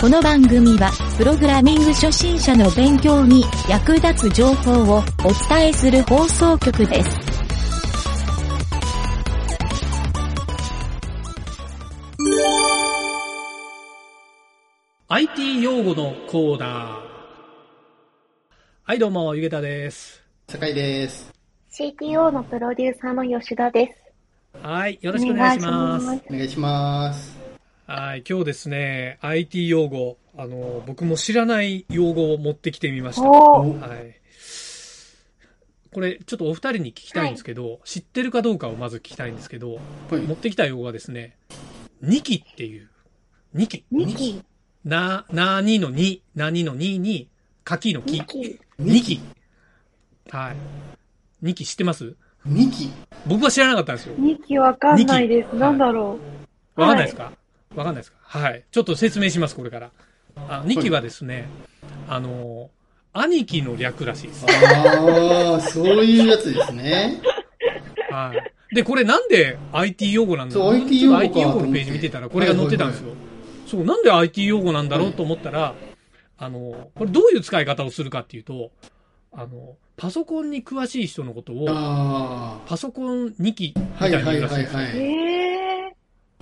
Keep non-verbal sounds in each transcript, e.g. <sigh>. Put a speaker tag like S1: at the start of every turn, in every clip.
S1: この番組は、プログラミング初心者の勉強に役立つ情報をお伝えする放送局です。
S2: IT 用語のコーナー。はい、どうも、ゆげたです。
S3: 酒井です。
S4: CTO のプロデューサーの吉田です。
S2: はい、よろしくお願いします。
S4: お願いし
S3: お願いします。
S2: はい、今日ですね、IT 用語、あの、僕も知らない用語を持ってきてみました。は
S4: おー、
S2: い。これ、ちょっとお二人に聞きたいんですけど、知ってるかどうかをまず聞きたいんですけど、
S3: はい
S2: 持ってきた用語はですね、二期っていう、二期。
S4: ニキ、
S2: な、なにのに、なにのにに、かきのき
S4: ニ。キ。
S2: 二期。はい。二期知ってます
S3: 2期。
S2: 僕は知らなかったんですよ。
S5: 二期わかんないで
S2: 二
S5: す。
S2: 期
S5: なんだろう。
S2: わかんないですかわかんないですかはい。ちょっと説明します、これから。あ2期はですね、あのー、兄貴の略らしいです。
S3: ああ、そういうやつですね。
S2: はい。で、これなんで IT 用語なんだろ
S3: そう IT 用語か
S2: ちょっと IT 用語のページ見てたら、これが載ってたんですよ。そう、なんで IT 用語なんだろうと思ったら、あのー、これどういう使い方をするかっていうと、あのー、パソコンに詳しい人のことを、
S3: あ
S2: パソコン2期み
S3: あ、はい
S2: た
S3: い
S2: に
S3: は
S2: 言
S3: いう
S2: らしい
S3: は
S2: ん
S3: い
S2: ですよ
S3: は
S5: え
S3: い。
S5: え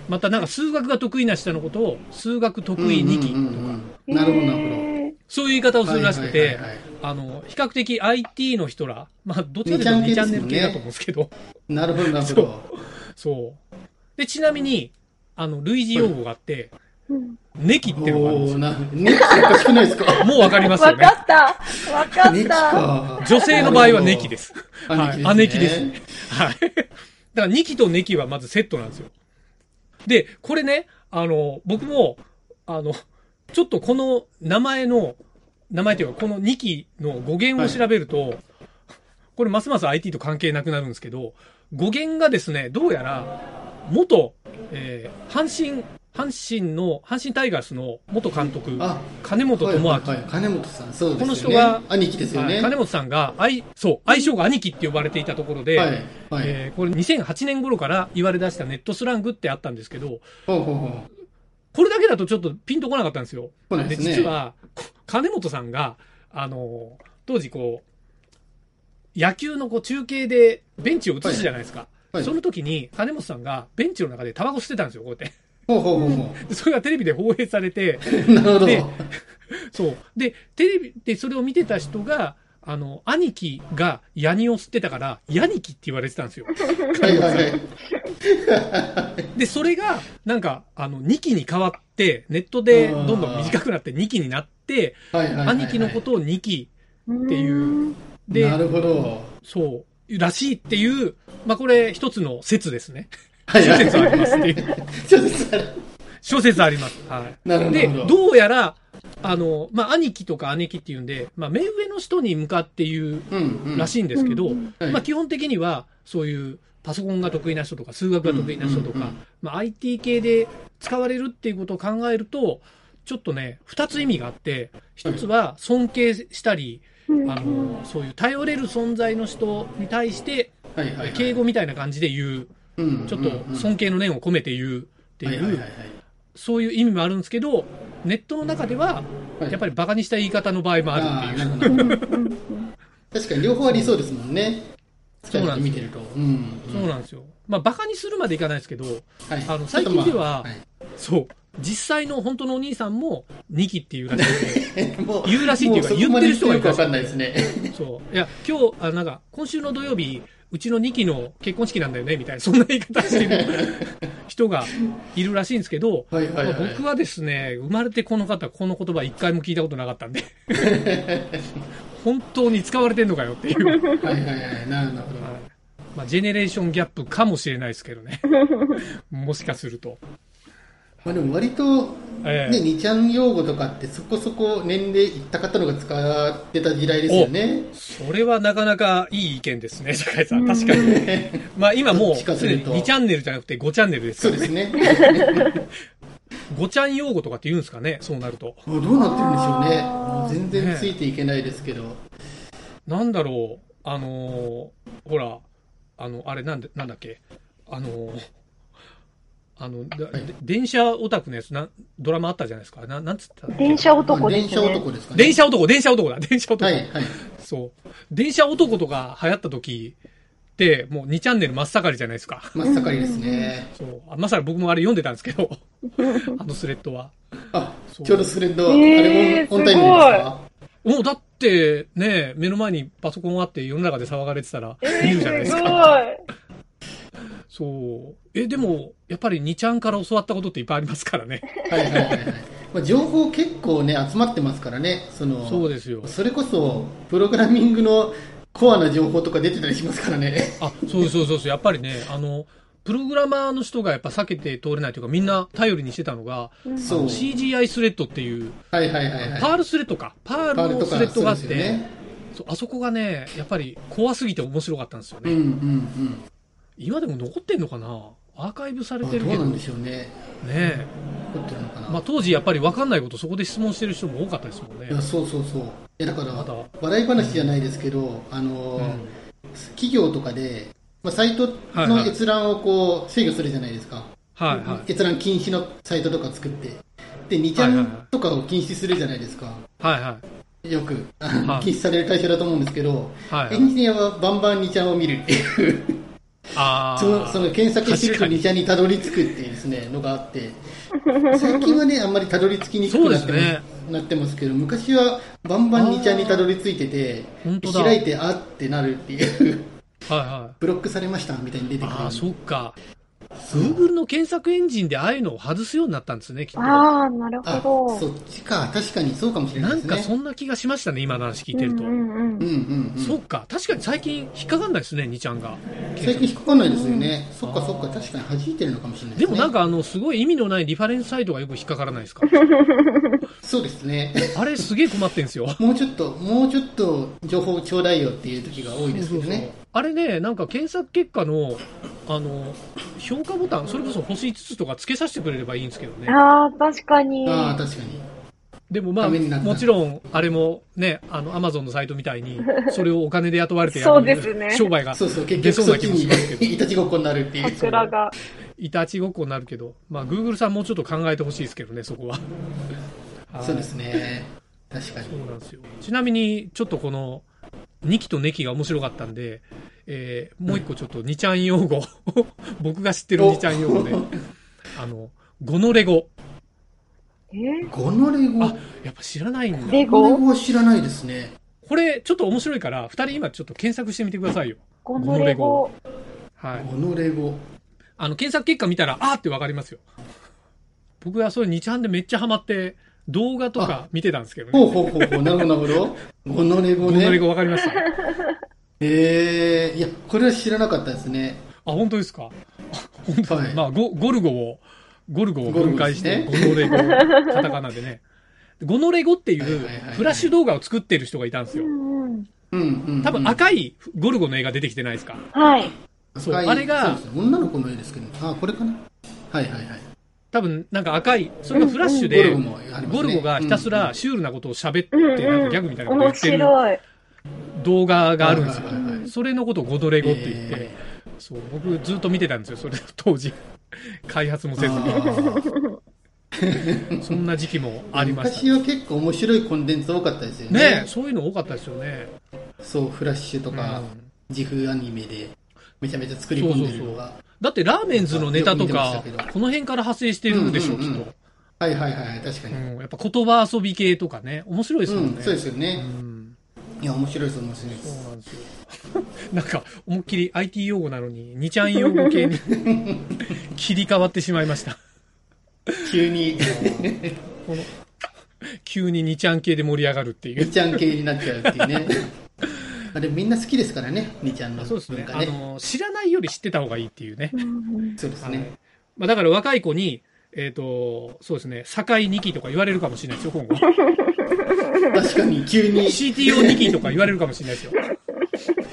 S2: またなんか数学が得意な人のことを、数学得意2期とか、
S3: うんうんうんう
S5: ー。
S3: んなるほどなるほ
S5: る
S2: そういう言い方を
S3: ど。
S2: するらしく
S3: はいは
S2: て
S3: いは、いはい
S2: あの、比較的 IT の人ら、まあ、どっちかというと2チャンネル系だと思うんですけど、
S3: なるほどなるほど。
S2: そう。で、ちなみに、あの、類似用語があって、
S5: ほど。うん
S2: ネキっていうのがあるんで
S3: お
S2: す
S3: お
S2: よ。
S3: な、2期おかしくないですか
S2: もうわかります
S5: わ
S2: よね
S5: か。ったわか
S3: 2
S5: っ
S3: 期
S5: た
S3: か。。
S2: 女性の場合はネキですす。
S3: あ、
S2: 姉
S3: ネ
S2: 貴
S3: キ
S2: で
S3: ですす
S2: ね
S3: ね。
S2: はい。 <laughs> だから、ニキとネキはまずセットなんですよ。で、これね、あの、僕も、あの、ちょっとこの名前の、名前というか、このニキの語源を調べると、これますます IT と関係なくなるんですけど、語源がですね、どうやら、元、えー阪神、阪神の、阪神タイガースの元監督、
S3: あ、
S2: 金本智明、
S3: はいはいはい金本さん、そうですよね。
S2: この人が
S3: 兄貴ですよ
S2: は
S3: ね。
S2: い金本さんが、愛、そう、愛称が兄貴って呼ばれていたところで、
S3: はい、はい。
S2: えーこれ2008年頃から言われ出したネットスラングってあったんですけど、
S3: ほうほうほう。
S2: これだけだとちょっとピンとこなかったんですよ。
S3: そうなん
S2: で、
S3: です
S2: 実
S3: ね。
S2: は、こ金本さんが、あのー当時こう、野球のこう中継でベンチを映すじゃないですか。
S3: はい
S2: その時に金本さんがベンチの中でタバコ吸ってたんですよ、こうやって
S3: ほうほうほうほ。
S2: で <laughs> それがテレビで放映されて、
S3: う。な <laughs> るほど。
S2: でそう。で、テレビでそれを見てた人が、あの、兄貴がヤニを吸ってたから、ヤニキって言われてたんですよ。
S3: はいはいはい。
S2: で、それが、なんか、あの、2期に変わって、ネットでどんどん短くなって2期になって、
S3: はいはいはいはい。
S2: <laughs> 兄貴のことを2期っていう
S5: うん。
S2: で
S3: な、るほど。
S2: そう、らしいっていう、まあ、これ一つの説ですね。
S3: はい
S2: 諸
S3: はい。
S2: 説ありますっていう。
S3: <laughs> ちょっとさ
S2: 諸説あります。はい。
S3: なるほど。
S2: で
S3: なるほ、ど
S2: どうやら、あの、まあ、兄貴とか姉貴っていうんで、まあ、目上の人に向かって言う
S3: うんうん。
S2: らしいんですけど、
S3: はい。
S2: まあ、基本的には、そういう、パソコンが得意な人とか、数学が得意な人と
S3: う
S2: か、
S3: んうんうん
S2: まあ、IT 系で使われるっていうことを考えると、ちょっとね、二つ意味があって、一つは尊敬したり、
S5: うん
S2: あの、そういう頼れる存在の人に対して、
S3: はいはいはい。
S2: 敬語みたいな感じで言
S3: うんうんうん、
S2: う、ちょっと尊敬の念を込めて言うってい
S3: はいはいは
S2: う
S3: い、
S2: そういう意味もあるんですけど、ネットの中では、
S3: はい。
S2: やっ
S3: り
S2: ぱりバカにした言い方の場合もあるっていう。
S3: なるほど
S5: うん
S2: <laughs>
S5: うん
S3: 確かに両方ありそうですもんね。
S2: そうなん
S3: 見
S2: ですよ
S3: てると。うん。
S2: そうなんですよ。まあ、バカにするまでいかないですけど、
S3: はい
S2: あの最近では
S3: ちょっ
S2: そう。実際の本当のお兄さんも、ニキっていうらしいですね。
S3: とまあはい <laughs> もう、
S2: 言うらしいっていうか
S3: もそこまで
S2: 言ってる人がいるらしい
S3: よくわかんないですね。 <laughs>
S2: そう。いや、今日、あなんか、今週の土曜日、うちの2期の結婚式なんだよね、みたいな、そんな言い方してる
S3: <laughs>
S2: 人がいるらしいんですけど、
S3: はいはいはい
S2: まあ僕はですね、生まれてこの方、この言葉一回も聞いたことなかった
S3: <laughs>
S2: んで、本当に使われてんのかよっていう、は
S3: は
S2: い
S3: いはいはい。なるほど。
S2: まあ、ジェネレーションギャップかもしれないですけどね。もしかすると。
S3: まあでも割と、
S2: え
S3: ね、
S2: え
S3: 2ちゃん用語とかってそこそこ年齢いった方のが使ってた時代ですよね。
S2: それはなかなかいい意見ですね、坂井さん。
S5: うん
S2: 確かに。
S3: <laughs>
S2: まあ今も
S3: どっちか
S2: う、
S3: と
S2: す
S3: い
S2: で
S3: う
S2: に
S3: と
S2: 2チャンネルじゃなくて5チャンネルです
S3: そう
S2: から
S3: です
S2: ね。
S3: ね。
S2: 5ちゃん用語とかって言うんですかね、そうなると。
S3: <laughs> もうどうなってるんでしょうね。も
S5: あー
S3: う全然ついていけないですけど。
S2: なんだろう、あのーほら、あの、あれなんで、なんだっけ、あのーあの、だ
S3: はい
S2: で電車オタクのやつ、なんドラマあったじゃないですか。ななんつったっけ
S5: 電車男で
S3: 電
S5: す
S3: 車
S5: ね。
S3: 男ですかね。
S2: 電車男、電車男だ、電車男。
S3: はい、はい。
S2: そう。電車男とか流行った時って、もう2チャンネル真っ盛りじゃないですか。
S3: 真っ盛りですね。
S2: そう。あまさに僕もあれ読んでたんですけど、あのスレッドは。
S3: あ
S2: そ、う
S3: ちょうどスレッド、あ
S5: えー
S3: れもオンタイムですか
S2: もうだって、ね、目の前にパソコンあって世の中で騒がれてたら見るじゃないですす
S5: ごい。
S2: か。 <laughs> そう。え、でも、やっぱり2ちゃんから教わったことっていっぱいありますから
S3: <laughs>
S2: ね。
S3: はいはいはいはい。まあ、情報結構ね、集まってますからね。その、
S2: そうですよ。
S3: それこそ、プログラミングのコアな情報とか出てたりしますからね。
S2: あ、そうそうそうそう。やっぱりね、あの、プログラマーの人がやっぱ避けて通れないというか、みんな頼りにしてたのが、あ
S3: <laughs> そう
S2: の。CGI スレッドっていう、
S3: はいはいはいはい。
S2: パールスレッドか。パ
S3: パ
S2: ー
S3: ール
S2: ルの
S3: と
S2: ス
S3: か
S2: レッドがあっ
S3: そう
S2: て、
S3: ですよね。
S2: そうあそこがね、やっぱり怖すぎて面白かったんですよ
S3: う
S2: ね。
S3: んうん
S2: 今でも残ってんのかなアーカイブさ
S3: う
S2: れ
S3: ん。あ
S2: て
S3: ど
S2: るけ
S3: う
S2: ど、
S3: なんで
S2: ね
S3: しょうね。
S2: え。
S3: 残ってるのかな。
S2: まあ、当時やっぱり分かんないことそこで質問してる人も多かったですもんね
S3: い。や、そうそうそう。いや、だか
S2: また
S3: ら、笑い話じゃないですけど、あの、
S2: うん
S3: 企業とかで、まあ、サイト
S2: はいは
S3: の
S2: い
S3: 閲覧をこう制御するじゃないですか、
S2: はいはい。
S3: 閲覧禁止のサイトとか作って、で、2ちゃ
S2: はいはいは
S3: んとかを禁止するじゃないですか、
S2: はいは
S3: よく、あの
S2: はい
S3: 禁止される対象だと思うんですけど、
S2: い。はい、
S3: エ
S2: はい
S3: ン。ジニアはバンバン2ちゃんを見るっていう、
S2: あ
S3: そのその
S2: あ。
S3: 検索してると
S2: 確かに
S3: 2ちゃんにたどり着くっていうです、ね、のがあって、最近はね、あんまりたどり着きにくくなって
S2: そう
S3: ま,、
S2: ですすね
S3: なってますけど、昔はバンバン2ちゃんにたどり着いてて
S2: 本、当だ
S3: 開いて、あってなるっていう、 <laughs>
S2: はいはい。
S3: ブロックされましたみたいに出てくる。
S2: ああ、そっか。Google の検索エンジンでああいうのを外すようになったんですね、きっと。な
S5: ああ、なる
S3: あ、
S5: ほ
S3: そ
S5: ど。
S3: っちか。確かにそうかもしれない
S2: ん
S3: ですね。
S2: かそんな気がしましたね、今の話聞いてると。
S5: うんうんう
S3: うん
S5: ん。
S3: うんうん。
S2: そっか。確かに最近引っかかんないですね、2ちゃんが。
S3: 最近引っかかんないですよね。そっか
S2: あー
S3: そっか。確かに弾いてるのかもしれない
S2: です
S3: ね。
S2: もなんかあの、すごい意味のないリファレンスサイトがよく引っかからな
S3: <laughs>
S2: いですか
S3: そうですね。 <laughs>
S2: あれすげえ困ってんすよ。
S3: もうちょっと、もうちょっと情報ちょうだいよっていう時が多いですけどね。
S2: あれね、なんか検索結果の、あの、評価ボタン、それこそ星5つとかつけさせてくれればいいんですけどね。
S5: ああ、確かに。
S3: ああ、確かに。
S2: でもまあ、
S3: ためになった
S2: もちろん、あれもね、あの、アマゾンのサイトみた
S3: <laughs>
S2: いに、それをお金で雇われてやる。
S5: そうですね
S2: 商売が、
S3: そうそう、結
S2: 出
S3: 局
S2: そう
S3: そ
S2: な
S3: っち
S2: 気もしますけど
S3: にいたちごっこになるっていう。
S5: 桜が。
S2: いたちごっこになるけど、まあ、Google さんもうちょっと考えてほしいですけどね、そこは。はい
S3: <laughs> そうですね。確かに
S2: そ。うなんですよ。ちなみに、ちょっとこの、2期とネキが面白かったんで、えーもう一個ちょっと2ちゃん用語、 <laughs> 僕が知ってる2ちゃん用語で、あの、5のレゴ。
S5: え
S3: このレゴ、
S2: あ、やっぱ知らないんだ。
S5: レ
S3: このレ
S5: ゴ
S3: ゴは知らないですね。
S2: これ、ちょっと面白いから、2人今ちょっと検索してみてくださいよ。
S5: このレゴ。
S2: はい。
S3: このレゴ。
S2: あの、検索結果見たら、あーってわかりますよ。僕はそれ2ちゃんでめっちゃハマって、動画とか見てたんですけど
S3: ほう
S2: ね。
S3: ほうほうほう、なるほどなるほど。このレゴ
S2: 5のレ
S3: ね。
S2: ゴわかりました。
S3: ええー、いや、これは知らなかったですね。
S2: あ、本当で
S3: <laughs>
S2: すか。あ本当、
S3: はい
S2: まあゴ、ゴルゴを、ゴルゴを分解して、ゴ
S3: ゴ <laughs>
S2: ノレゴ、カタカナでね。ゴノレゴってい
S3: はいはいは
S2: う
S3: いはい
S2: フラッシュ動画を作ってる人がいたんです
S5: う
S2: よ。
S5: んう
S3: う
S5: ん。
S3: んうん、うん。
S2: 多分赤いゴルゴの映画出てきてないですか。
S5: はい。
S2: そう
S3: 赤い
S2: あれが
S3: そうですね女の子の絵ですけど、あ、これかな。はいはいはい。
S2: 多分なんか赤い、それがフラッシ
S3: ゴ
S2: ュ
S3: ル
S2: で
S3: ゴ、もありますね。
S2: ゴルゴがひたす
S3: うん
S2: らシュールなことを喋って、
S5: うん
S2: な
S5: うんん
S2: かギャグみたいなことを言
S5: 面
S2: ってる
S5: 白い。
S2: 動画があるんですよ
S3: はいはいはいは。い
S2: それのことをゴドレゴって言っ
S3: え
S2: て、そう、僕ずっと見てたんですよ、それ当時。 <laughs> 開発もせず
S3: あ
S2: に。そんな時期も
S3: ー
S2: ありましたね
S3: 昔は結構面白いコンテンツ多かったですよね。
S2: ねえ、そういうの多かったですよね。
S3: そう、フラッシュとか、
S2: うん
S3: 自負アニメで、めちゃめちゃ作り込んでるのが。
S2: だってラーメンズのネタと
S3: よく見
S2: か
S3: てましたけ、ど
S2: この辺から派生してるでしょ、
S3: うんうんう
S2: きっ
S3: ん
S2: と。
S3: はいはいはい、確かに。
S2: うんやっぱ言葉遊び系とかね、面白いですも
S3: うんん、
S2: ね。
S3: そうですよ
S2: う
S3: ね。
S2: ん
S3: いや、面白いです、面白いで
S2: そう
S3: す。
S2: なんですよ。 <laughs> なんか、思いっきり IT 用語なのに、2ちゃん用
S3: <laughs>
S2: 語系に切り替わってしまいました。
S3: 急に、
S2: この <laughs> 急に2ちゃん系で盛り上がるってい
S3: み
S2: う。
S3: ちゃん系になっちゃうっていう
S2: <laughs>
S3: ね。あれ、みんな好きですからね、みちゃんの
S2: そうです
S3: 文
S2: ね。
S3: 化
S2: あ
S3: ね。
S2: の、知らないより知ってた方がいいっていうね。
S5: うんうん
S3: そうですね。
S2: まあ、だから若い子に、えっ、と、そうですね、境2期とか言われるかもしれないですよ、今後。 <laughs>
S3: 確かに急にチ
S2: CTO2 期とか言われるかもしれないですよ。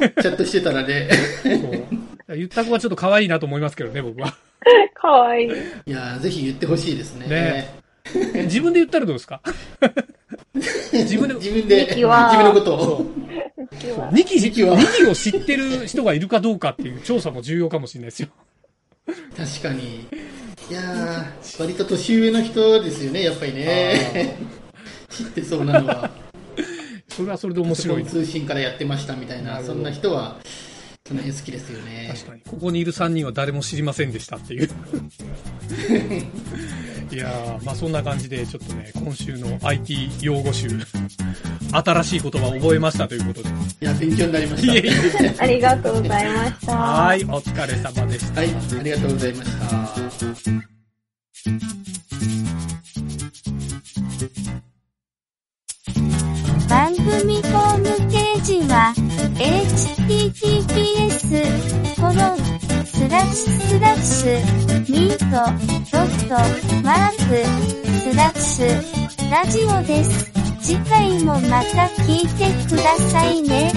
S3: ャットしてたらね。
S2: そう。ゆったこはちょっと可愛いなと思いますけどね、僕は。
S5: かわいい。
S3: いやーぜひ言ってほしいですね。
S2: ねえ自分で言ったらどうですか自分で
S3: 自分で、
S5: ミ
S3: 自
S5: キは
S3: 分のことを。
S2: 二期
S3: 二期は
S2: 二期を知ってる人がいるかどうかっていう調査も重要かもしれないですよ。
S3: 確かに。いやー割と年上の人ですよね、やっぱりね。 <laughs> 知ってそうなのは。
S2: それはそれで面白いな
S3: パソコン通信からやってましたみたい
S2: な
S3: な、
S2: るほど
S3: そんな人は、その辺好きですよね。
S2: 確かに。ここにいる3人は誰も知りませんでしたっていう。 <laughs> いやー、まあそんな感じで、ちょっとね、今週の IT 用語集、新しい言葉を覚えましたということで。
S3: いや、勉強になりました。
S2: いえいえ
S5: ありがとうございました。
S2: はーい、 <laughs> お疲れ様でした。
S3: はい、ありがとうございました。
S6: 番組ホームページは https コロンスラッシュスラッシュミートドットマークスラッシュラジオです。次回もまた聞いてくださいね。